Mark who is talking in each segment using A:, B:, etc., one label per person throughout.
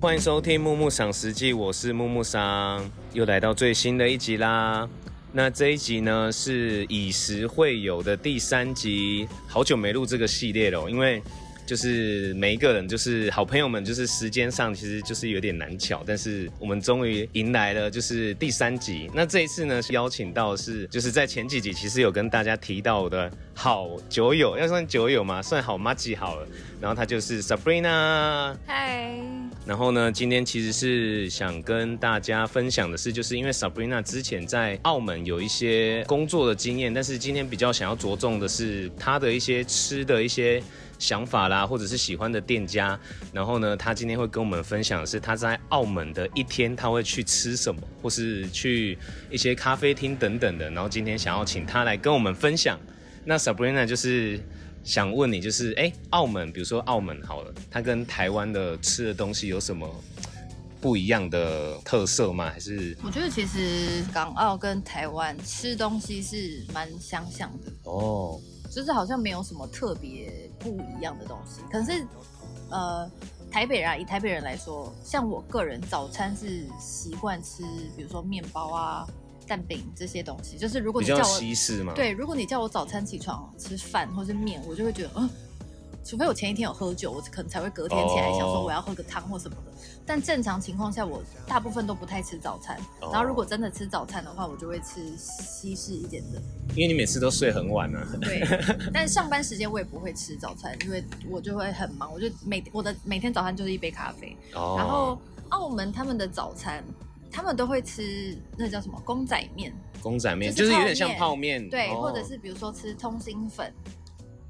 A: 欢迎收听《木木赏食记》，我是木木赏，又来到最新的一集啦。那这一集呢是以食会友的第三集，好久没录这个系列了哦、因为就是每一个人就是好朋友们，就是时间上其实就是有点难巧，但是我们终于迎来了就是第三集。那这一次呢邀请到的是就是在前几集其实有跟大家提到我的好酒友，要算酒友嘛，算好妈吉好了。然后他就是 Sabrina，
B: 嗨，
A: 然后呢，今天其实是想跟大家分享的是，就是因为 Sabrina 之前在澳门有一些工作的经验，但是今天比较想要着重的是她的一些吃的一些想法啦，或者是喜欢的店家。然后呢，她今天会跟我们分享的是她在澳门的一天，她会去吃什么，或是去一些咖啡厅等等的。然后今天想要请她来跟我们分享。那 Sabrina 就是想问你，就是哎、诶澳门，比如说澳门好了，它跟台湾的吃的东西有什么不一样的特色吗？还是
B: 我觉得其实港澳跟台湾吃东西是蛮相像的，
A: 哦，
B: 就是好像没有什么特别不一样的东西。可是，呃，台北人啊，以台北人来说，像我个人早餐是习惯吃，比如说面包啊、蛋饼这些东西。就是如果
A: 比
B: 你叫
A: 较
B: 我
A: 西式嘛？，
B: 对，如果你叫我早餐起床吃饭或是面，我就会觉得，嗯、除非我前一天有喝酒，我可能才会隔天起来想
A: 哦
B: 说我要喝个汤或什么的。但正常情况下，我大部分都不太吃早餐。
A: 哦
B: 然后如果真的吃早餐的话，我就会吃西式一点的。
A: 因为你每次都睡很晚啊。
B: 对，但上班时间我也不会吃早餐，因为我就会很忙，我就每我的每天早餐就是一杯咖啡。
A: 哦
B: 然后澳门他们的早餐，他们都会吃那叫什么公仔面，
A: 公仔面就
B: 就是是
A: 有点像泡
B: 泡
A: 面，
B: 对，
A: 哦
B: 或者是比如说吃通心粉。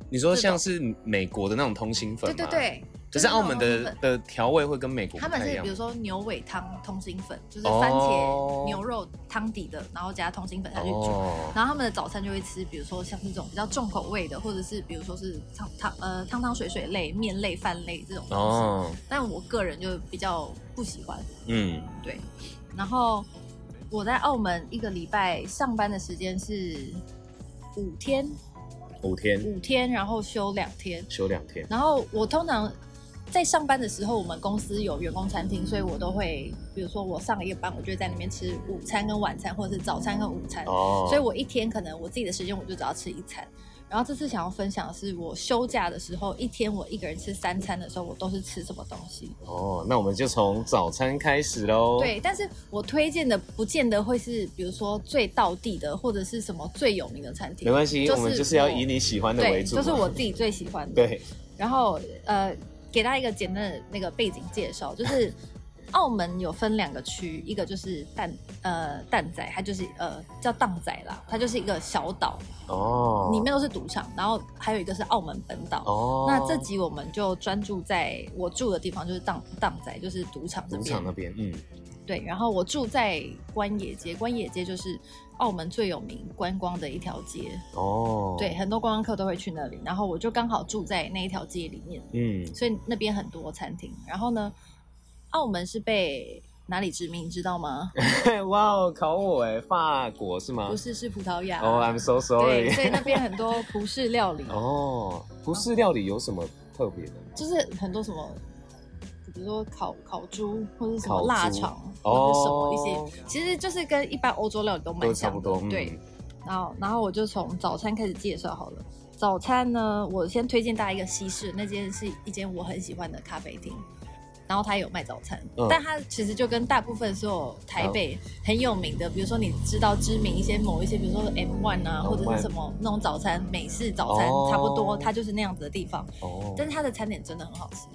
A: 你说像是美国的那种通心粉，
B: 对对。对，
A: 可
B: 就是那种
A: 澳门
B: 通
A: 的
B: 粉
A: 的调味会跟美国不
B: 他们
A: 太一
B: 是
A: 样
B: 比如说牛尾汤通心粉，就是
A: 哦
B: 番茄牛肉汤底的，然后加通心粉下去煮。
A: 哦，
B: 然后他们的早餐就会吃，比如说像这种比较重口味的，或者是比如说是汤汤呃汤汤水水类、面类、饭类这种东西。
A: 哦，
B: 但我个人就比较不喜欢，
A: 嗯，
B: 对。然后我在澳门一个礼拜上班的时间是五天，
A: 五天
B: 五天，然后休两天。
A: 休两天，
B: 然后我通常在上班的时候，我们公司有员工餐厅，所以我都会，比如说我上了一个班，我就会在那边吃午餐跟晚餐，或者是早餐跟午餐。
A: 哦，
B: 所以我一天可能我自己的时间我就只要吃一餐。然后这次想要分享的是，我休假的时候，一天我一个人吃三餐的时候，我都是吃什么东西？
A: 哦，那我们就从早餐开始喽。，
B: 对，但是我推荐的不见得会是，比如说最道地的，或者是什么最有名的餐厅。
A: 没关系，
B: 就是
A: 我们就是要
B: 我
A: 以你喜欢的为
B: 对，
A: 主。
B: 就是我自己最喜欢的。
A: 对，
B: 然后呃，给大家一个简单的那个背景介绍，就是 澳门有分两个区，一个就是蛋呃蛋仔，它就是呃叫荡仔啦，它就是一个小岛，
A: 哦，
B: 里面都是赌场，然后还有一个是澳门本岛。
A: 哦，
B: 那这集我们就专注在我住的地方，就是荡荡仔，就是赌场这
A: 赌场
B: 边。
A: 那边，嗯，
B: 对，然后我住在关野街，关野街就是澳门最有名观光的一条街，
A: 哦，
B: 对，，很多观光客都会去那里。然后我就刚好住在那一条街里面，
A: 嗯，
B: 所以那边很多餐厅。然后呢，澳门是被哪里殖民，你知道吗？
A: 哇哦，考我哎，法国是吗
B: 不？是，是葡萄牙。
A: 哦，I'm so
B: 对，所
A: sorry。
B: 以那边很多葡式料理，
A: 哦，葡式料理有什么特别的？
B: 就是很多什么。比如说烤烤猪，或者什
A: 烤
B: 么
A: 猪
B: 腊肠，或者什么
A: 哦
B: 一些，其实就是跟一般欧洲料理都蛮
A: 都差
B: 像
A: 不
B: 的。
A: 多，嗯
B: 对，，然后然后我就从早餐开始介绍好了。早餐呢，我先推荐大家一个西式，那间是一间我很喜欢的咖啡厅，然后它有卖早餐，
A: 嗯
B: 但它其实就跟大部分所有台北很有名的，比如说你知道知名一些某一些，比如说 M One 啊，
A: 哦
B: 或者是什么那种早餐美式早餐、
A: 哦
B: 差不多，它就是那样子的地方。
A: 哦，
B: 但是它的餐点真的很好吃，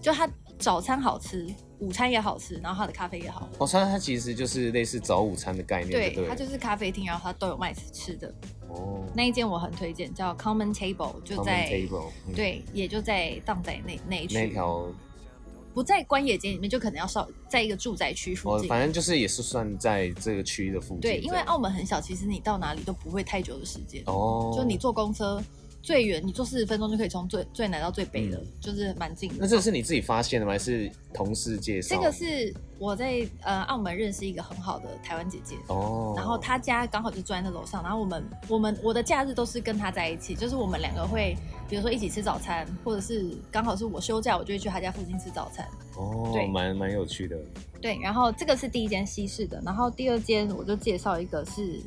B: 就它早餐好吃，午餐也好吃，然后它的咖啡也好喝。
A: 哦，所以它其实就是类似早午餐的概念，对
B: 对
A: 不，
B: 它
A: 对？
B: 就是咖啡厅，然后它都有卖吃的。
A: 哦
B: 那一间我很推荐，叫 Common Table，就
A: common
B: 在
A: table，嗯，
B: 对，也就在荡仔那那一
A: 那
B: 区，
A: 条
B: 不在关野街里面，就可能要稍在一个住宅区附
A: 哦，
B: 近。
A: 反正就是也是算在这个区域的附近这
B: 对，
A: 样。
B: 因为澳门很小，其实你到哪里都不会太久的时间，
A: 哦，
B: 就你坐公车最远你坐四十分钟就可以从最最南到最北了，
A: 嗯
B: 就是蛮近
A: 那
B: 的。
A: 这是哦你自己发现的吗？还是同事介绍？
B: 这个是我在呃澳门认识一个很好的台湾姐姐，
A: 哦，
B: 然后她家刚好就住在那楼上，然后我们我们我的假日都是跟她在一起，就是我们两个会比如说一起吃早餐，或者是刚好是我休假，我就会去她家附近吃早餐。
A: 哦
B: 对，
A: 蛮蛮有趣的，
B: 对，然后这个是第一间西式的，然后第二间我就介绍一个是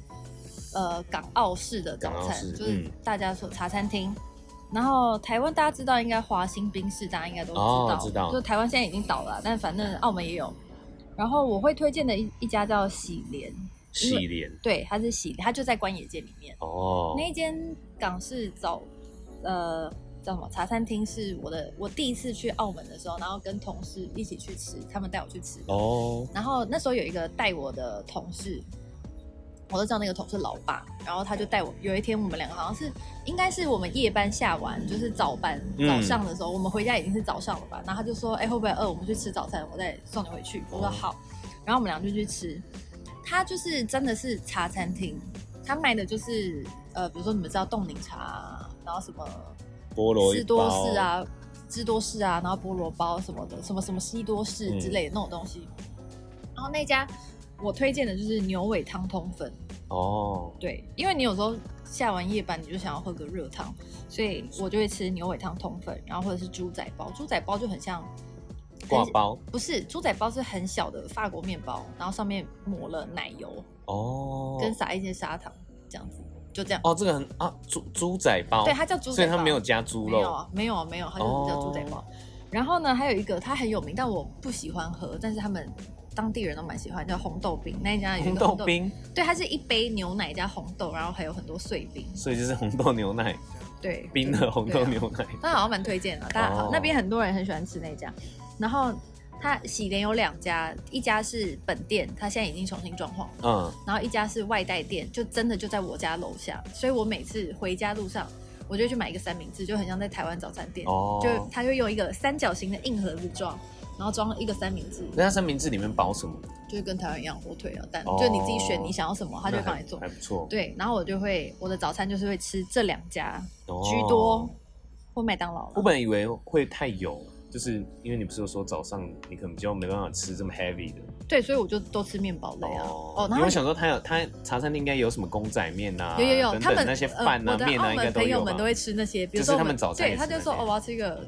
B: 呃港澳式的
A: 港
B: 早
A: 澳
B: 餐
A: 式，
B: 就是
A: 嗯
B: 大家说茶餐厅。然后台湾大家知道应该华兴冰室，大家应该都知道，
A: 哦知道
B: 就台湾现在已经倒了，啊但反正澳门也有。然后我会推荐的一一家叫喜莲，
A: 系列
B: 对，它是喜，它就在关野街里面。
A: 哦
B: 那一间港式早，呃，叫什么茶餐厅是我的我第一次去澳门的时候，然后跟同事一起去吃，他们带我去吃。
A: 哦
B: 然后那时候有一个带我的同事，我都知道那个同事老爸，然后他就带我。有一天我们两个好像是应该是我们夜班下完，就是早班
A: 嗯
B: 早上的时候，我们回家已经是早上了吧？然后他就说：“哎、会不会饿？我们去吃早餐，我再送你回去。”我说
A: 哦
B: 好，然后我们俩就去吃。他就是真的是茶餐厅，他卖的就是呃，比如说你们知道冻柠茶啊，然后什么
A: 菠萝
B: 士
A: 一
B: 多
A: 包
B: 士，啊、芝多士啊，然后菠萝包什么的，什么什么西多士
A: 嗯
B: 之类的那种东西。然后那家我推荐的就是牛尾汤通粉，
A: 哦
B: 对，因为你有时候下完夜班你就想要喝个热汤，所以我就会吃牛尾汤通粉，然后或者是猪仔包，猪仔包就很像。
A: 挂包
B: 不是猪仔包是很小的法国面包，然后上面抹了奶油，
A: 哦
B: 跟撒一些砂糖，这样子就这样。
A: 哦这个很啊猪猪仔包，
B: 对，它叫猪仔包，
A: 所以它没有加猪
B: 没有
A: 肉哦
B: 啊，没有啊，没有，它就是叫猪仔包。然后呢，还有一个它很有名，但我不喜欢喝，但是他们当地人都蛮喜欢，叫红豆冰。那一家有一
A: 红
B: 个
A: 豆
B: 红豆，
A: 冰，
B: 对，它是一杯牛奶加红豆，然后还有很多碎冰，
A: 所以就是红豆牛奶
B: 对，
A: 冰的红
B: 对
A: 豆
B: 啊
A: 牛奶
B: 那好像蛮推荐的，大家、
A: 哦
B: 那边很多人很喜欢吃那家。然后它喜莲有两家，一家是本店，它现在已经重新装潢了。
A: 嗯
B: 然后一家是外带店，就真的就在我家楼下，所以我每次回家路上，我就会去买一个三明治，就很像在台湾早餐店，
A: 哦
B: 就它就用一个三角形的硬盒子装，然后装一个三明治，
A: 那它三明治里面包什么？
B: 就是跟台湾一样火腿啊蛋，
A: 哦
B: 就你自己选你想要什么，他就会
A: 那
B: 帮
A: 还
B: 你做。
A: 还不错，
B: 对，然后我就会我的早餐就是会吃这两家
A: 哦
B: 居多，或麦当劳啦
A: 我本来以为会太油，就是因为你不是有说早上你可能比较没办法吃这么 heavy 的
B: 对，所以我就都吃面包类啊。哦，
A: 因
B: 然
A: 为
B: 后
A: 我想说他有他茶餐厅应该有什么公仔面啊，
B: 有有有，
A: 等
B: 他们
A: 等那些饭
B: 呃
A: 啊
B: 我的
A: 面啊，
B: 澳
A: 应该
B: 门
A: 都
B: 朋友
A: 有
B: 们
A: 吧
B: 都。会吃那些，比如
A: 就是
B: 说我
A: 他们早餐
B: 对，
A: 也
B: 他
A: 吃
B: 就
A: 那
B: 说
A: 些
B: 哦，我要吃一个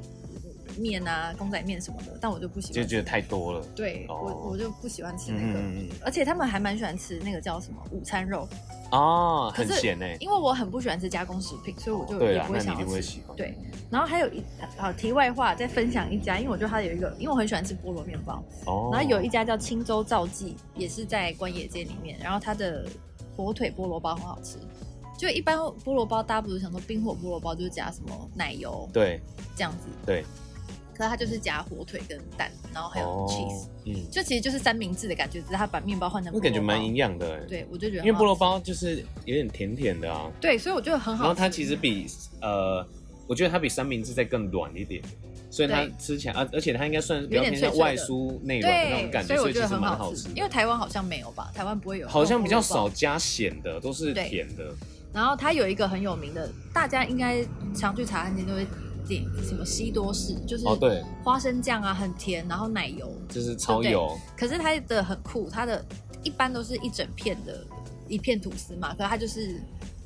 B: 面啊，公仔面什么的，但我就不喜
A: 就
B: 欢
A: 觉
B: 吃。
A: 得太多了。
B: 对、
A: 哦
B: 我我就不喜欢吃那个，
A: 嗯嗯嗯
B: 而且他们还蛮喜欢吃那个叫什么午餐肉，
A: 嗯，哦，
B: 可
A: 很
B: 是
A: 咸哎。
B: 因为我很不喜欢吃加工食品，所以我就
A: 对
B: 也
A: 啦
B: 不，会
A: 那你一
B: 想
A: 定
B: 要
A: 会
B: 吃。
A: 喜欢。
B: 对，然后还有一好题外话，再分享一家，因为我觉得它有一个，因为我很喜欢吃菠萝面包，
A: 哦，
B: 然后有一家叫青州造记，也是在关野街里面，然后它的火腿菠萝包很好吃。就一般菠萝包，大家不是想说冰火菠萝包就是加什么奶油
A: 对
B: 这样子，
A: 对，
B: 可是它就是加火腿跟蛋，然后还有
A: 哦
B: cheese，、
A: 嗯，
B: 就其实就是三明治的感觉，只是它把面包换成
A: 那感觉蛮营
B: 样。
A: 养的。，
B: 对，我就觉得
A: 因为
B: 很
A: 菠
B: 好
A: 萝包就是有点甜甜的啊，
B: 对，所以我觉得很好吃。
A: 然后它其实比呃，我觉得它比三明治再更软一点。所以它
B: 对
A: 吃起来，啊，而且它应该算是比
B: 有
A: 较
B: 点
A: 偏向
B: 脆脆
A: 外
B: 的
A: 酥内软的那种
B: 对，
A: 感觉，
B: 所以
A: 所
B: 我
A: 以
B: 觉
A: 其
B: 得
A: 实
B: 很
A: 蛮
B: 好
A: 吃的。
B: 因为台湾好像没有吧，台湾不会有，
A: 好像比较少。加咸的，都是
B: 对
A: 甜的。
B: 然后它有一个很有名的，大家应该常去茶餐厅都会点什么西多士，就是
A: 哦，对，
B: 花生酱啊，很甜，然后奶油。
A: 就是超油。
B: 可是它的很酷，它的一般都是一整片的一片吐司嘛，可是它就是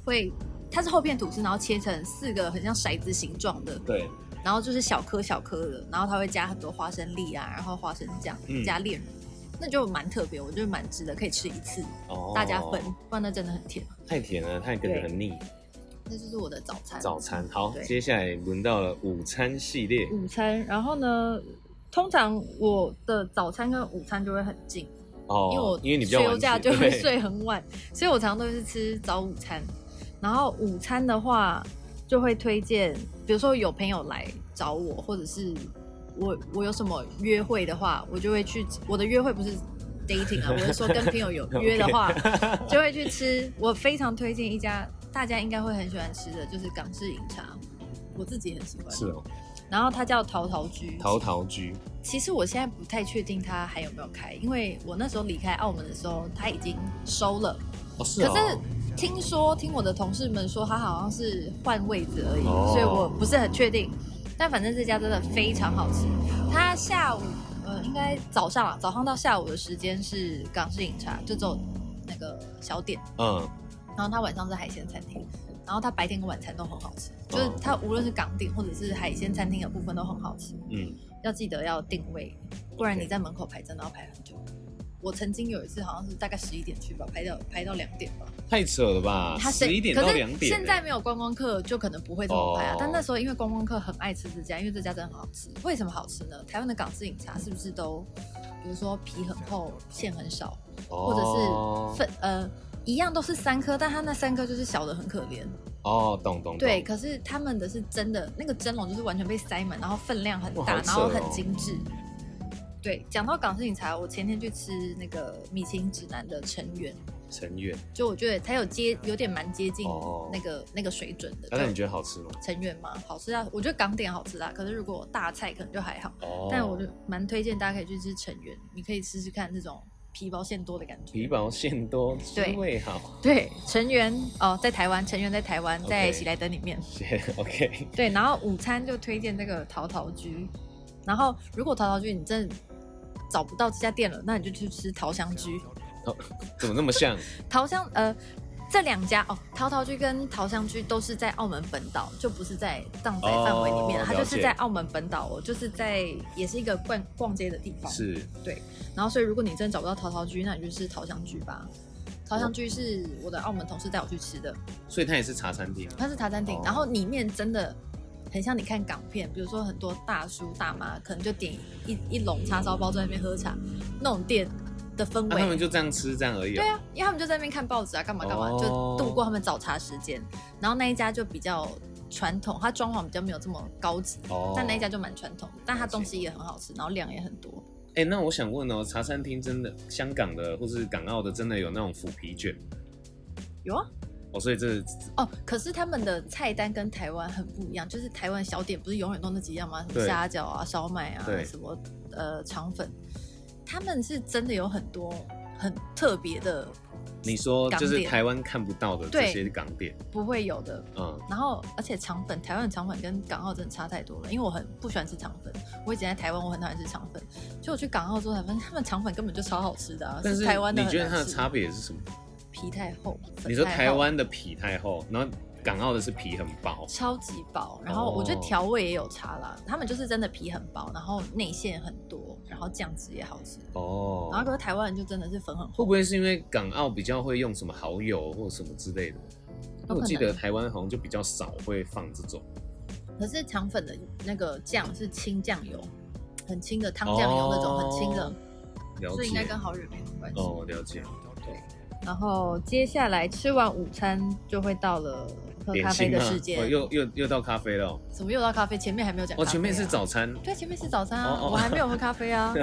B: 会，它是厚片吐司，然后切成四个很像骰子形状的，
A: 对，
B: 然后就是小颗小颗的，然后它会加很多花生粒啊，然后花生酱
A: 嗯
B: 加炼乳，那就蛮特别，我觉得蛮值得可以吃一次，
A: 哦，
B: 大家分，不然那真的很甜。
A: 太甜了，太感觉
B: 对
A: 很腻。
B: 那就是我的早餐。
A: 早餐好，
B: 对嗯
A: 接下来轮到了午餐系列。
B: 午餐，然后呢，通常我的早餐跟午餐就会很近，
A: 哦，
B: 因为我
A: 因为你比较晚
B: 休假
A: 起
B: 就会
A: 对
B: 睡很晚，所以我常常都是吃早午餐。然后午餐的话，就会推荐，比如说有朋友来找我，或者是我我有什么约会的话，我就会去我的约会不是 dating 啊，我是说跟朋 友有约的话就会去吃。我非常推荐一家大家应该会很喜欢吃的，就是港式饮茶，我自己也很喜欢。
A: 是哦，
B: 然后它叫陶陶居，
A: 陶陶居
B: 其实我现在不太确定它还有没有开，因为我那时候离开澳门的时候，它已经收了。
A: 哦，是
B: 可
A: 哦，
B: 是听说听我的同事们说，他好像是换位置而已，
A: 哦
B: 所以我不是很确定。但反正这家真的非常好吃。它下午呃，应该早上啊，早上到下午的时间是港式饮茶，就只有那个小点。
A: 嗯，
B: 然后它晚上是海鲜餐厅，然后它白天跟晚餐都很好吃，就是
A: 哦
B: 它无论是港点或者是海鲜餐厅的部分都很好吃。
A: 嗯，
B: 要记得要定位，不然
A: OK
B: 你在门口排真的要排很久。我曾经有一次好像是大概十一点去吧，排到排到两点吧。
A: 太扯了吧？
B: 它
A: 啊十一点
B: 可
A: 到
B: 是
A: 两点欸，
B: 现在没有观光客，就可能不会这么排啊。
A: 哦
B: 但那时候因为观光客很爱吃这家，因为这家真的很好吃。为什么好吃呢？台湾的港式饮茶是不是都，比如说皮很厚，馅很少，或者
A: 哦
B: 是粉、呃一样都是三颗，但它那三颗就是小的很可怜。
A: 哦，懂懂
B: 对，
A: 懂
B: 可是他们的是真的，那个蒸笼就是完全被塞满，然后分量很
A: 哇
B: 大，
A: 好
B: 然
A: 扯
B: 后
A: 哦
B: 很精致。对，讲到港式饮茶，我前天去吃那个米其林指南的成员，
A: 成员。啊
B: 就我觉得它有接有点蛮接近
A: 哦
B: 那个、那个水准的。
A: 啊那你觉得好吃吗？
B: 成员嘛，好吃啊，我觉得港点好吃啊，可是如果大菜可能就还好，
A: 哦，
B: 但我就蛮推荐大家可以去吃成员，你可以试试看这种皮薄馅多的感觉。
A: 皮薄馅多，滋
B: 对
A: 味 好。
B: 对，成员哦，在台湾，成员在台湾，在
A: OK
B: 喜来登里面。
A: 谢 OK，
B: 对，然后午餐就推荐这个陶陶居，然后如果陶陶居你真的找不到这家店了，那你就去吃桃香居。
A: 怎么那么像？
B: 桃香呃，这两家哦，陶陶居跟桃香居都是在澳门本岛，就不是在藏仔范围里面，
A: 哦
B: 它就是
A: 了解
B: 在澳门本岛哦，就是在也是一个逛逛街的地方。
A: 是
B: 然后所以如果你真的找不到陶陶居，那你就吃桃香居吧。桃香居是我的澳门同事带我去吃的，
A: 所以它也是茶餐厅。
B: 它是茶餐厅，
A: 哦
B: 然后里面真的很像你看港片，比如说很多大叔大妈可能就点一一笼叉烧包在那边喝茶，那种店的氛
A: 那、
B: 围。
A: 他们就这样吃，这样而已、
B: 对啊，因为他们就在那边看报纸啊，干嘛干嘛，
A: 哦
B: 就度过他们早茶时间。然后那一家就比较传统，它装潢比较没有这么高级，
A: 哦，
B: 但那一家就蛮传统的，但它东西也很好吃，然后量也很多。
A: 哎、那我想问哦，茶餐厅真的香港的或是港澳的真的有那种腐皮卷
B: 有啊，
A: 哦？所以这
B: 哦，可是他们的菜单跟台湾很不一样，就是台湾小点不是永远都那几样吗？什么
A: 对
B: 虾饺啊、烧麦啊、
A: 对
B: 什么呃肠粉，他们是真的有很多很特别的，
A: 你说
B: 港
A: 就是
B: 点
A: 台湾看不到的这
B: 对哦
A: 些港点，
B: 不会有的。
A: 嗯，
B: 然后，而且肠粉，台湾的肠粉跟港澳真的差太多了。因为我很不喜欢吃肠粉，我以前在台湾我很讨厌吃肠粉，就我去港澳之后才发现，他们肠粉根本就超好吃的啊！
A: 但
B: 是台湾的
A: 你
B: 很
A: 觉得
B: 难
A: 它的
B: 吃
A: 差别是什么？
B: 皮太厚，粉
A: 你说
B: 太
A: 台
B: 厚
A: 湾的皮太厚，然后港澳的是皮很薄，
B: 超级薄，然后我觉得
A: 哦
B: 调味也有差啦。他们就是真的皮很薄，然后内馅很多，然后酱汁也好吃。
A: 哦，
B: 然后可是台湾人就真的是粉很
A: 会
B: 厚，
A: 不会是因为港澳比较会用什么蚝油或什么之类的？因为我记
B: 有
A: 得
B: 可
A: 台湾好像就比较少会放这种
B: 可是肠粉的那个酱是清酱油，很清的汤酱油那种，很清的
A: 哦，了
B: 所以应该
A: 解
B: 跟好远没什么关系。
A: 哦，了解
B: 然后接下来吃完午餐就会到了喝
A: 点
B: 咖啡
A: 心
B: 的
A: 吗？
B: 时间
A: 哦，又又又到咖啡了哦，
B: 怎么又到咖啡？前面还没有讲
A: 哦，
B: 咖啡啊、
A: 前面是早餐，
B: 对，前面是早餐啊，
A: 哦哦
B: 我还没有喝咖 啡啊。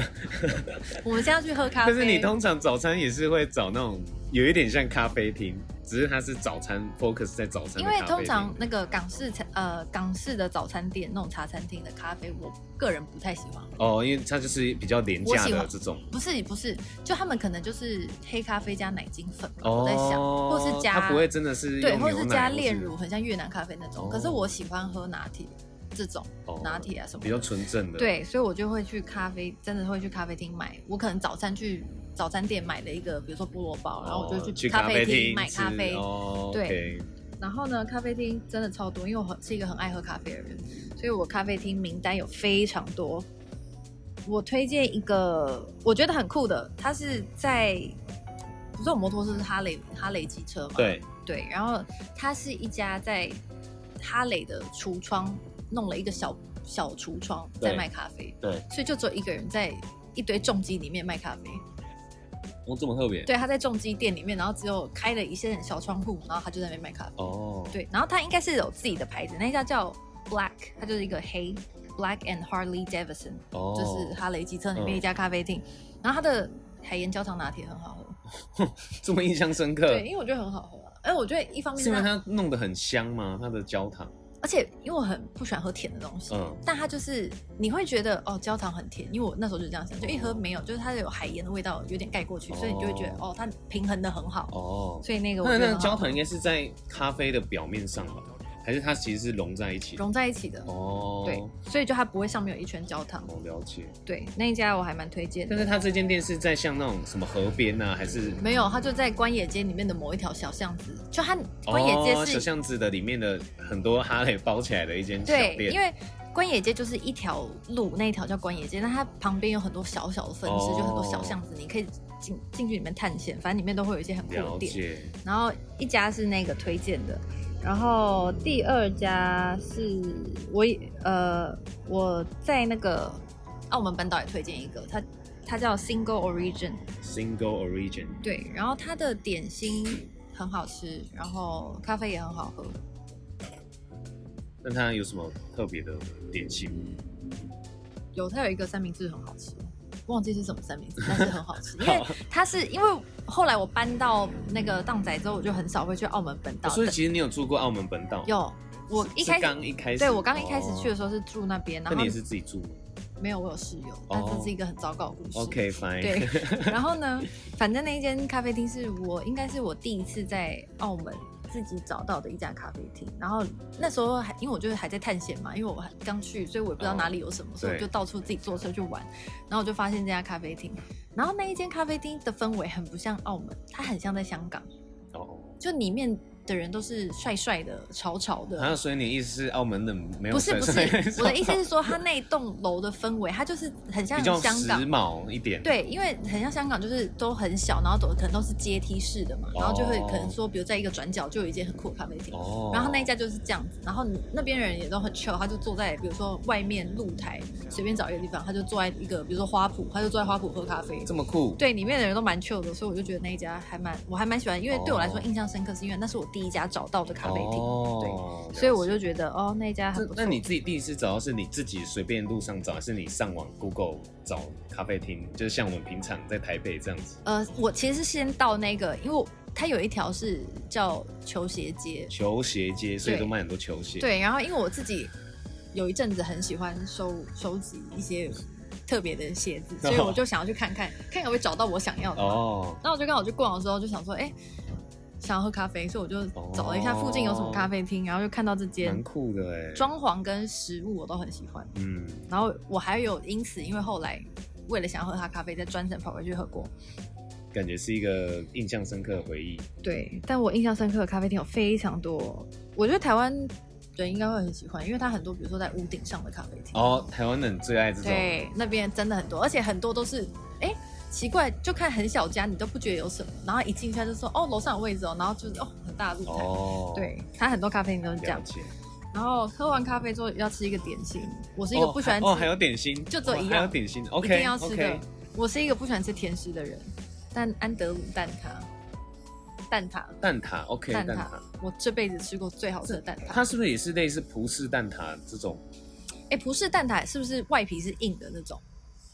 B: 我们现在去喝咖啡，
A: 但是你通常早餐也是会找那种有一点像咖啡厅，只是它是早餐 focus 在早餐的
B: 因
A: 咖啡
B: 为
A: 厅。
B: 通常那个港式餐呃港式的早餐店那种茶餐厅的咖啡，我个人不太喜欢。
A: 哦，因为它就是比较廉
B: 我
A: 价
B: 喜
A: 的
B: 欢
A: 这种。
B: 不是不是，就他们可能就是黑咖啡加奶精粉吧，我在想，或是加
A: 它不会真的是
B: 对，
A: 哦用
B: 或
A: 牛
B: 是
A: 奶
B: 加
A: 或
B: 炼乳，很像越南咖啡那种。
A: 哦
B: 可是我喜欢喝拿铁这种
A: 哦
B: 拿铁啊什么
A: 比
B: 的
A: 较纯正的。，
B: 对，所以我就会去咖啡，真的会去咖啡厅买。我可能早餐去早餐店买了一个，比如说菠萝包，然后我就
A: 哦去
B: 咖啡
A: 啡
B: 厅
A: 厅
B: 买咖
A: 吃
B: 啡。
A: 哦，
B: 对
A: OK，
B: 然后呢，咖啡厅真的超多，因为我很是一个很爱喝咖啡的人，所以我咖啡厅名单有非常多。我推荐一个我觉得很酷的，它是在不是有摩托车是哈雷哈雷机车嘛？
A: 对，
B: 对，然后它是一家在哈雷的橱窗弄了一个小小橱窗在
A: 对
B: 卖咖啡，
A: 对，
B: 所以就只有一个人在一堆重机里面卖咖啡。
A: 哦，这么特别。
B: 对，他在重机店里面，然后只有开了一些小窗户，然后他就在那边卖咖啡。
A: 哦，
B: 对，然后它应该是有自己的牌子，那一家叫 Black，它就是一个黑 Black and Harley Davidson，、
A: 哦，
B: 就是哈雷机车里
A: 嗯
B: 面一家咖啡厅。然后它的海盐焦糖拿铁很好喝，
A: 嗯这么印象深刻。
B: 对，因为我觉得很好喝、啊。哎，我觉得一方面
A: 是
B: 是
A: 因为
B: 它，
A: 它弄得很香吗？它的焦糖
B: 而且因为我很不喜欢喝甜的东西，
A: 嗯
B: 但它就是你会觉得哦，焦糖很甜，因为我那时候就这样想，就一喝没有，就是它有海盐的味道，有点盖过去，所以你就会觉得
A: 哦
B: 哦，它平衡的很好。
A: 哦，
B: 所以那个我
A: 那
B: 觉得
A: 那
B: 很
A: 个焦
B: 好
A: 糖应该是在咖啡的表面上吧？还是它其实是融在一起？
B: 融在一起的，
A: 哦，
B: 对，所以就它不会上面有一圈焦糖。
A: 我了解。
B: 对，那一家我还蛮推荐
A: 但
B: 的。
A: 是它这间店是在像那种什么河边啊，还是
B: 没有，它就在关野街里面的某一条小巷子，就它关野
A: 哦
B: 街
A: 小
B: 是、
A: 巷子的里面的很多哈雷包起来的一间小
B: 对，
A: 店，
B: 因为关野街就是一条路，那一条叫关野街，那它旁边有很多小小的分支，
A: 哦
B: 就很多小巷子，你可以进进去里面探险，反正里面都会有一些很酷的
A: 了
B: 店。
A: 解
B: 然后一家是那个推荐的，然后第二家是我也呃我在那个啊澳门本岛也推荐一个，它它叫 Single Origin，
A: Single Origin
B: 对，然后它的点心很好吃，然后咖啡也很好喝。
A: 那它有什么特别的点心吗？
B: 有，它有一个三明治很好吃，忘记是什么三明治，但是很好吃。因为它是因为后来我搬到那个荡仔之后，我就很少会去澳门本岛。
A: 哦所以
B: 但
A: 其实你有住过澳门本岛？，
B: 有，我一开始
A: 刚一开始，
B: 对我刚一开始去的
A: 时
B: 时候是住那边，
A: 候
B: 然
A: 那
B: 后
A: 你也是自己住吗
B: 没有我有室友，但这是一个很糟糕的故事。
A: ？OK fine，
B: 对，然后呢，反正那一间咖啡厅是我应该是我第一次在澳门自己找到的一家咖啡厅。然后那时候还因为我就是还在探险嘛，因为我还刚去，所以我也不知道哪里有什么，所以我
A: 哦对
B: 就到处自己坐车去玩。然后我就发现这家咖啡厅，然后那一间咖啡厅的氛围很不像澳门，它很像在香港，
A: 哦，
B: 就里面的人都是帅帅的、潮潮的，
A: 还有啊所以你意思是澳门的没有
B: 不是
A: 水
B: 不是
A: 所以，
B: 我的意思是说，它那一栋楼的氛围，它就是很像
A: 比较
B: 香
A: 时
B: 港。
A: 髦一点，，
B: 对，因为很像香港，就是都很小，然后都可能都是阶梯式的嘛，然后就会
A: 哦
B: 可能说，比如在一个转角就有一间很酷的咖啡厅，
A: 哦，
B: 然后那一家就是这样子，然后你那边人也都很 chill，他就坐在比如说外面露台随便找一个地方，他就坐在一个比如说花圃，他就坐在花圃喝咖啡。
A: 这么酷，
B: 对，里面的人都蛮 chill 的，所以我就觉得那一家还蛮，我还蛮喜欢，因为对我来说
A: 哦
B: 印象深刻，是因为那是我第一家找到的咖啡厅，
A: 哦，
B: 对，所以我就
A: 了解。
B: 觉得哦那一家很
A: 这
B: 不错
A: 那。你自己第一次找到是你自己随便路上找，还是你上网 Google 找咖啡厅？就是像我们平常在台北这样子，
B: 呃，我其实是先到那个，因为我它有一条是叫球鞋街，
A: 球鞋街，所以
B: 对
A: 都卖很多球鞋。，
B: 对，然后因为我自己有一阵子很喜欢收收集一些特别的鞋子，所以我就想要去看看，看看我会找到我想要的。
A: 哦，
B: 然后我就刚好去逛的时候就想说，哎、想要喝咖啡，所以我就找了一下附近有什么咖啡厅，然后就看到这
A: 哦蛮
B: 间
A: 酷的哎。
B: 装潢跟食物我都很喜欢。
A: 嗯，
B: 然后我还有因此，因为后来为了想要喝他咖啡，再专程跑回去喝过。
A: 感觉是一个印象深刻的回忆。
B: 对，但我印象深刻的咖啡厅有非常多，我觉得台湾人应该会很喜欢，因为它很多，比如说在屋顶上的咖啡厅。
A: 哦，台湾人最爱这种。
B: 对，那边真的很多，而且很多都是，哎、奇怪，就看很小家，你都不觉得有什么，然后一进去他就说，哦，楼上有位置哦，然后就是哦，很大的露台。
A: 哦，，
B: 对，它很多咖啡厅都是这
A: 了
B: 样。
A: 解。
B: 然后喝完咖啡之后要吃一个点心，我是一个不喜欢吃，
A: 哦，还有点心，
B: 就只有一样
A: 哦还有点心，OK，
B: 一定要吃的。
A: OK
B: 我是一个不喜欢吃甜食的人，但安德鲁蛋挞，蛋挞，
A: 蛋挞，OK，
B: 蛋
A: 蛋
B: 挞
A: 挞，，
B: 我这辈子吃过最好吃的蛋挞。
A: 它是不是也是类似葡式蛋挞这种？
B: 哎，葡式蛋挞是不是外皮是硬的那种？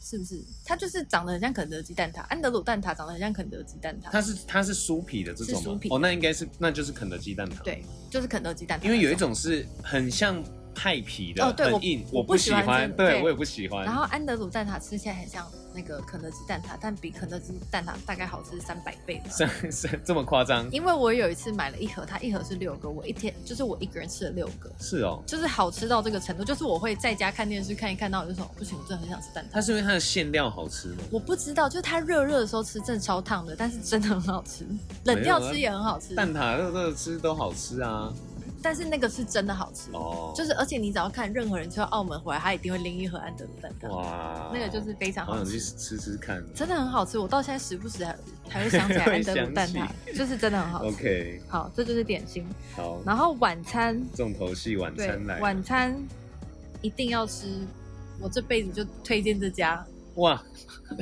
B: 是不是？它就是长得很像肯德基蛋挞，安德鲁蛋挞长得很像肯德基蛋挞。
A: 它是它是酥皮的这种
B: 是
A: 吗
B: 酥皮？
A: 哦，那应该是那就是肯德基蛋挞。，
B: 对，就是肯德基蛋挞那。
A: 因为有一种是很像派皮的，
B: 哦对我
A: 很硬，
B: 我
A: 我
B: 不
A: 喜
B: 喜欢
A: 欢，
B: 这个
A: 对
B: 对
A: 我也不喜欢。
B: 然后安德鲁蛋挞吃起来很像那个肯德基蛋挞，但比肯德基蛋挞大概好吃三百倍吧。
A: 是是这么夸张？
B: 因为我有一次买了一盒，它一盒是六个，我一天就是我一个人吃了六个，
A: 是哦，
B: 就是好吃到这个程度。就是我会在家看电视看一看，到我就说不行，我真的很想吃蛋挞。
A: 它是因为它的馅料好吃吗？
B: 我不知道，就是它热热的时候吃真的超烫的，但是真的很好吃，冷掉
A: 啊
B: 吃也很好吃，
A: 蛋挞热热吃都好吃啊。
B: 但是那个是真的好吃。
A: 哦，
B: 就是，而且你只要看任何人去到澳门回来，他一定会拎一盒安德鲁蛋挞，
A: 哇，
B: 那个就是非常
A: 好
B: 好
A: 想去
B: 吃，
A: 吃吃看。
B: 真的很好吃。我到现在时不时还还会想起来安
A: 会
B: 德鲁蛋挞
A: 想，
B: 就是真的很好吃。
A: OK，
B: 好，这就是点心。
A: 好，
B: 然后晚餐，
A: 重头戏晚
B: 对
A: 餐来，了。
B: 晚餐一定要吃，我这辈子就推荐这家，
A: 哇，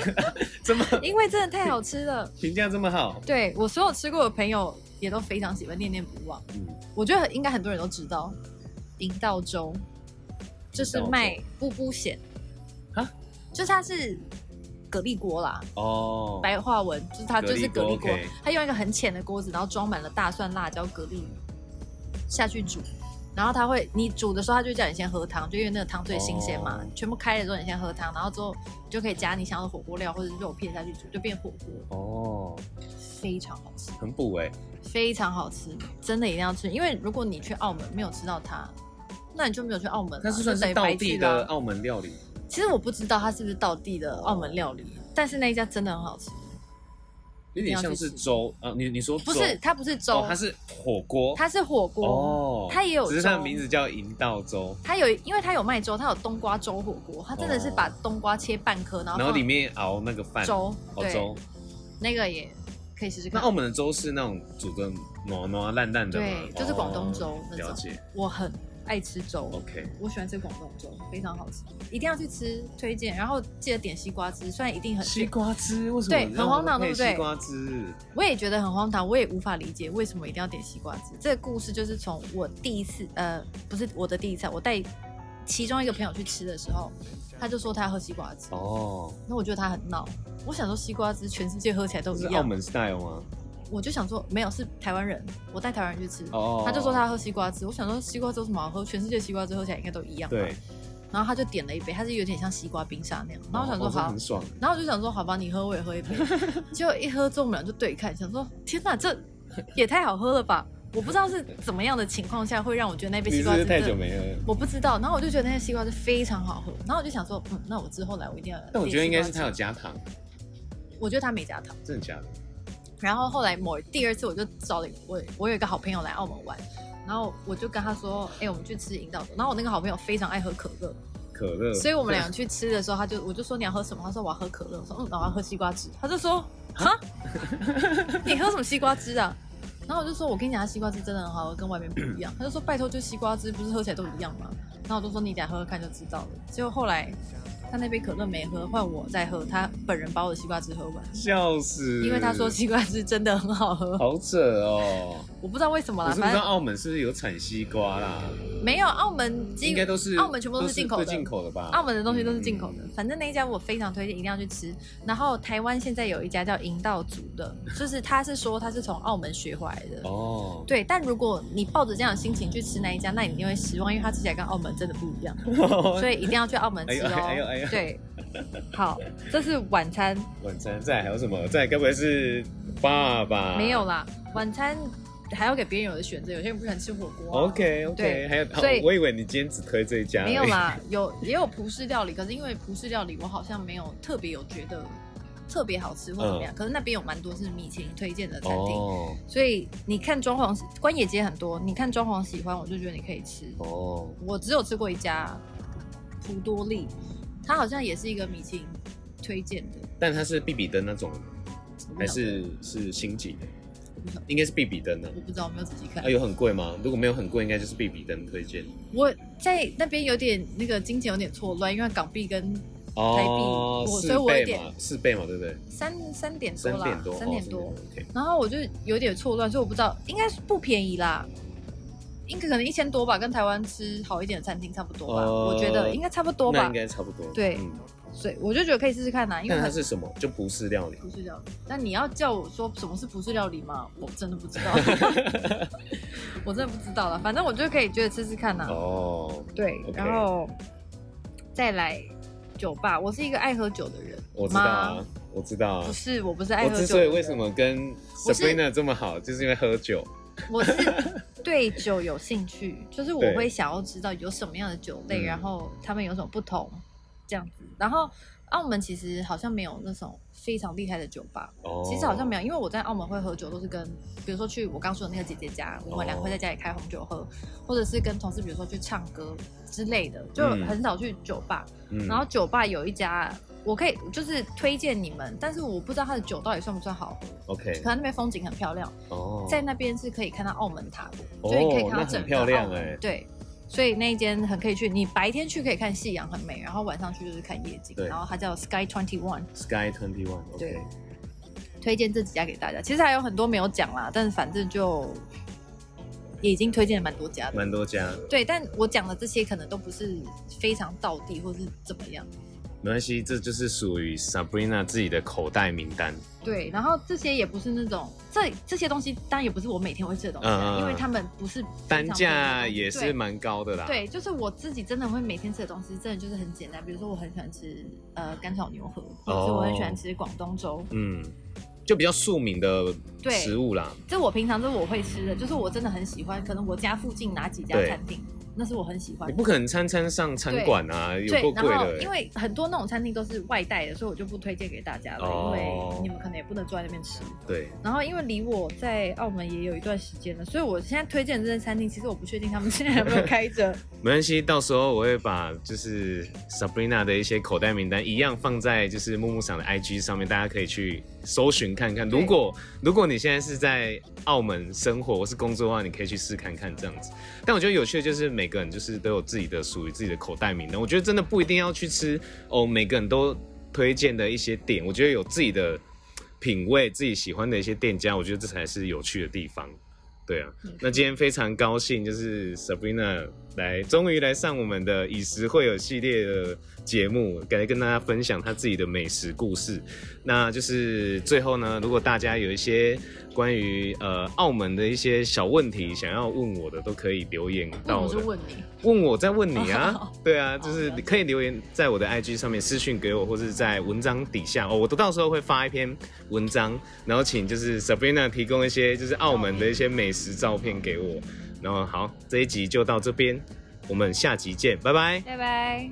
A: 这么
B: 因为真的太好 吃了。
A: 评价这么好，
B: 对我所有吃过的朋友也都非常喜欢，念念不忘。
A: 嗯，
B: 我觉得应该很多人都知道，银道粥就是卖
A: 银
B: 布布咸
A: 啊，
B: 就是它是蛤蜊锅啦，
A: 哦，
B: 白话文就是它就是
A: 蛤
B: 蛤
A: 蜊锅
B: 蜊锅
A: OK，
B: 它用一个很浅的锅子，然后装满了大蒜、辣椒、蛤蜊下去煮，然后他会，你煮的时候他就叫你先喝汤，就因为那个汤最新鲜嘛，
A: 哦
B: 全部开了之后你先喝汤，然后之后你就可以加你想要的火锅料或者是肉片下去煮，就变火锅，
A: 哦，
B: 非常好吃，
A: 很补哎、
B: 非常好吃，真的一定要吃，因为如果你去澳门没有吃到它，那你就没有去澳门、啊，
A: 那是算
B: 就是等于白
A: 道地
B: 去啦
A: 的澳门料理。
B: 其实我不知道它是不是道地的澳门料理，但是那一家真的很好吃。
A: 有点像是粥啊，你你说
B: 不
A: 粥
B: 是，它不是粥，
A: 哦，它是火锅，
B: 它是火锅，
A: 哦，
B: 它也有
A: 只是它的
B: 粥
A: 名字叫银道粥，
B: 它有，因为它有卖粥，它有冬瓜粥火锅，它真的是把冬瓜切半颗，然后
A: 哦然后
B: 放
A: 里面熬那个饭，
B: 粥，
A: 熬
B: 对，
A: 粥。
B: 那个也可以试试
A: 那
B: 看
A: 澳。门的粥是那种煮的糯糯烂烂的吗
B: 对，就是广东粥
A: 哦
B: 那种
A: 了解
B: 我很爱吃粥，
A: ，OK，
B: 我喜欢吃广东粥，非常好吃，一定要去吃，推荐。然后记得点西瓜汁，虽然一定很
A: 西瓜汁为什么
B: 对很荒唐
A: 让我们配
B: 对不对
A: 西瓜汁，
B: 我也觉得很荒唐，我也无法理解为什么一定要点西瓜汁。这个故事就是从我第一次，呃，不是我的第一次啊，我带其中一个朋友去吃的时候，他就说他要喝西瓜汁，
A: 哦，
B: 那我觉得他很闹。我想说西瓜汁全世界喝起来都
A: 这
B: 一
A: 是澳
B: 样，
A: 门 style 吗？
B: 我就想说没有是台湾人，我带台湾人去吃，
A: 哦，
B: 他就说他喝西瓜汁，我想说西瓜汁有什么好喝？全世界西瓜汁喝起来应该都一样吧。
A: 对，
B: 然后他就点了一杯，它是有点像西瓜冰沙那样，然后我想说
A: 哦这
B: 好
A: 很，爽，
B: 然后我就想说，好吧，你喝我 也喝一杯。结果一喝之后，我们俩就对看，想说天哪，这也太好喝了吧！我不知道是怎么样的情况下会让我觉得那杯
A: 你
B: 西
A: 是
B: 瓜
A: 不
B: 汁
A: 是太
B: 真的
A: 久没喝了？
B: 我不知道。然后我就觉得那个西瓜汁非常好喝，然后我就想说，嗯，那我之后来我一定要。
A: 但我觉得应该是
B: 他
A: 它有，加糖，
B: 我觉得他没加糖。
A: 真的假的？
B: 然后后来某第二次，我就找了我我有一个好朋友来澳门玩，然后我就跟他说，哎、我们去吃引导的。然后我那个好朋友非常爱喝可乐，
A: 可乐，
B: 所以我们两个去吃的时候，他就我就说你要喝什么，他说我要喝可乐，我说嗯，那我要喝西瓜汁，他就说哈， 你喝什么西瓜汁啊？然后我就说我跟你讲，它西瓜汁真的很好喝，跟外面不一样。他就说拜托，就西瓜汁不是喝起来都一样吗？然后我就说你等一下喝喝看就知道了。结果后来他那杯可乐没喝，换我在喝，他本人把我的西瓜汁喝完，
A: 笑死，
B: 因为他说西瓜汁真的很好喝，
A: 好扯哦。
B: 我不知道为什 么
A: 我
B: 啦，
A: 是不
B: 反
A: 知道
B: 正
A: 澳门是不是有产西瓜啦？
B: 没有澳门基
A: 应该都是
B: 澳门全部都是进口的
A: 都进口的吧？
B: 澳门的东西都是进口的，反正那一家我非常推荐，一定要去吃。然后台湾现在有一家叫银道族 的，就是他是说他是从澳门学回来的。
A: 哦，
B: 对，但如果你抱着这样的心情去吃那一家，那你一定会失望，因为它吃起来跟澳门真的不 一样，所以一定要去澳门吃哦。
A: 哎呦哎呦哎呦
B: 对，好，这是晚餐，
A: 晚餐在还有什么在？该不会是爸爸？
B: 没有啦，晚餐还要给别人有的选择，有些人不喜欢吃火锅啊、
A: OK OK，
B: 对
A: 还有，
B: 所以
A: 我以为你今天只推这一家，
B: 没有。啦，有也有葡式料理，可是因为葡式料理我好像没有特别有觉得特别好吃或怎么样，可是那边有蛮多是米其林推荐的餐厅，
A: 嗯哦
B: 所以你看装潢，关野街很多，你看装潢喜欢，我就觉得你可以吃。
A: 哦，
B: 我只有吃过一家普多利，它好像也是一个米其林推荐的，
A: 但它是必比登那种，
B: 我不
A: 还
B: 晓得
A: 是是星级的
B: 不晓？
A: 应该是必比登的。
B: 我不知道，我没有仔细看
A: 啊，。有很贵吗？如果没有很贵，应该就是必比登推荐。
B: 我在那边有点那个金钱有点错乱，因为港币跟
A: 哦，
B: 台币我
A: 四
B: 所以我有
A: 倍
B: 点
A: 嘛，四倍嘛，对不对？
B: 三三点多
A: 三
B: 啦
A: 点多，，
B: 三点多
A: 哦。，OK。
B: 然后我就有点错乱，所以我不知道，应该是不便宜啦，应该可能一千多吧，跟台湾吃好一点的餐厅差不多吧，
A: 呃
B: 我觉得应该差不多
A: 那
B: 吧
A: 应。该差不多。
B: 对
A: 嗯
B: 所以我就觉得可以试试看啊啦、因为
A: 那它
B: 很
A: 是什么？就不是料理。
B: 葡式料理。但你要叫我说什么是葡式料理吗？我真的不 知道，我真的不知道了。反正我就可以觉得试试看啦、
A: 哦，
B: 对
A: OK
B: 然后再来酒吧，我是一个爱喝酒的人，
A: 我知道
B: 吗
A: 啊，我知道啊
B: 不。是，我不是爱
A: 我
B: 喝
A: 之
B: 酒
A: 所
B: 的
A: 以
B: 人。
A: 为什么跟
B: 我是
A: Sabrina 这么好，就是因为喝酒。
B: 我是 对酒有兴趣，就是我
A: 对
B: 会想要知道有什么样的酒类，
A: 嗯
B: 然后他们有什么不同，这样子。然后澳门其实好像没有那种非常厉害的酒吧，
A: 哦，
B: 其实好像没有，因为我在澳门会喝酒都是跟，比如说去我刚说的那个姐姐家，我
A: 哦
B: 们两个会在家里开红酒喝，或者是跟同事比如说去唱歌之类的，就
A: 嗯
B: 很少去酒吧。
A: 嗯
B: 然后酒吧有一家。我可以就是推荐你们，但是我不知道它的酒到底算不算好喝，
A: OK，
B: 可能那边风景很漂亮，
A: 哦，
B: 在那边是可以看到澳门塔的，
A: 哦
B: 就是你可以看到
A: 那
B: 整
A: 很
B: 个
A: 漂亮
B: 澳门
A: 哎
B: 对，所以那一间很可以去。你白天去可以看夕阳很美，然后晚上去就是看夜景。
A: 对
B: 然后它叫 Sky Twenty One，
A: Sky Twenty One，
B: 对
A: OK，
B: 推荐这几家给大家。其实还有很多没有讲啦，但是反正就也已经推荐了蛮多家的。
A: 蛮多家。
B: 对，但我讲的这些可能都不是非常到地或是怎么样，
A: 没关系，这就是属于 Sabrina 自己的口袋名单。
B: 对，然后这些也不是那种这这些东西，当然也不是我每天会吃的东西啊、
A: 嗯嗯嗯
B: 因为他们不是
A: 单价也
B: 对
A: 是蛮高的啦。，
B: 对，就是我自己真的会每天吃的东西，真的就是很简单。比如说，我很喜欢吃呃干炒牛河，或者是我很
A: 哦
B: 喜欢吃广东粥。
A: 嗯，就比较庶民的
B: 对
A: 食物啦。
B: 这我平常这我会吃的，就是我真的很喜欢。可能我家附近哪几家
A: 对
B: 餐厅，那是我很喜欢
A: 你。不可能餐餐上餐馆啊，有
B: 对
A: 够，
B: 然
A: 贵
B: 后
A: 的欸。
B: 因为很多那种餐厅都是外带的，所以我就不推荐给大家了，因
A: 哦
B: 为你们可能也不能坐在那边吃。
A: 对，
B: 然后因为离我在澳门也有一段时间了，所以我现在推荐的这些餐厅，其实我不确定他们现在有没有开 着。
A: 没关系，到时候我会把就是 Sabrina 的一些口袋名单一样放在就是木木赏的 IG 上面，大家可以去搜寻看看。
B: 对
A: 如果如果你现在是在澳门生活或是工作的话，你可以去试看看这样子。但我觉得有趣的就是每个人就是都有自己的属于自己的口袋名单，我觉得真的不一定要去吃哦，每个人都推荐的一些店，我觉得有自己的品味、自己喜欢的一些店家，我觉得这才是有趣的地方。对啊，那今天非常高兴，就是 Sabrina 来，终于来上我们的以食会友系列的节目，感觉跟大家分享她自己的美食故事。那就是最后呢，如果大家有一些关于呃澳门的一些小问题想要问我的，都可以留言到
B: 嗯我
A: 我
B: 就
A: 的
B: 问你，，
A: 问我在问你啊 对啊，就是你可以留言在我的 IG 上面私讯给我，或是在文章底下哦，我都到时候会发一篇文章，然后请就是 Sabrina 提供一些就是澳门的一些美食照片给我，然后好，这一集就到这边，我们下集见，拜拜。
B: 拜拜。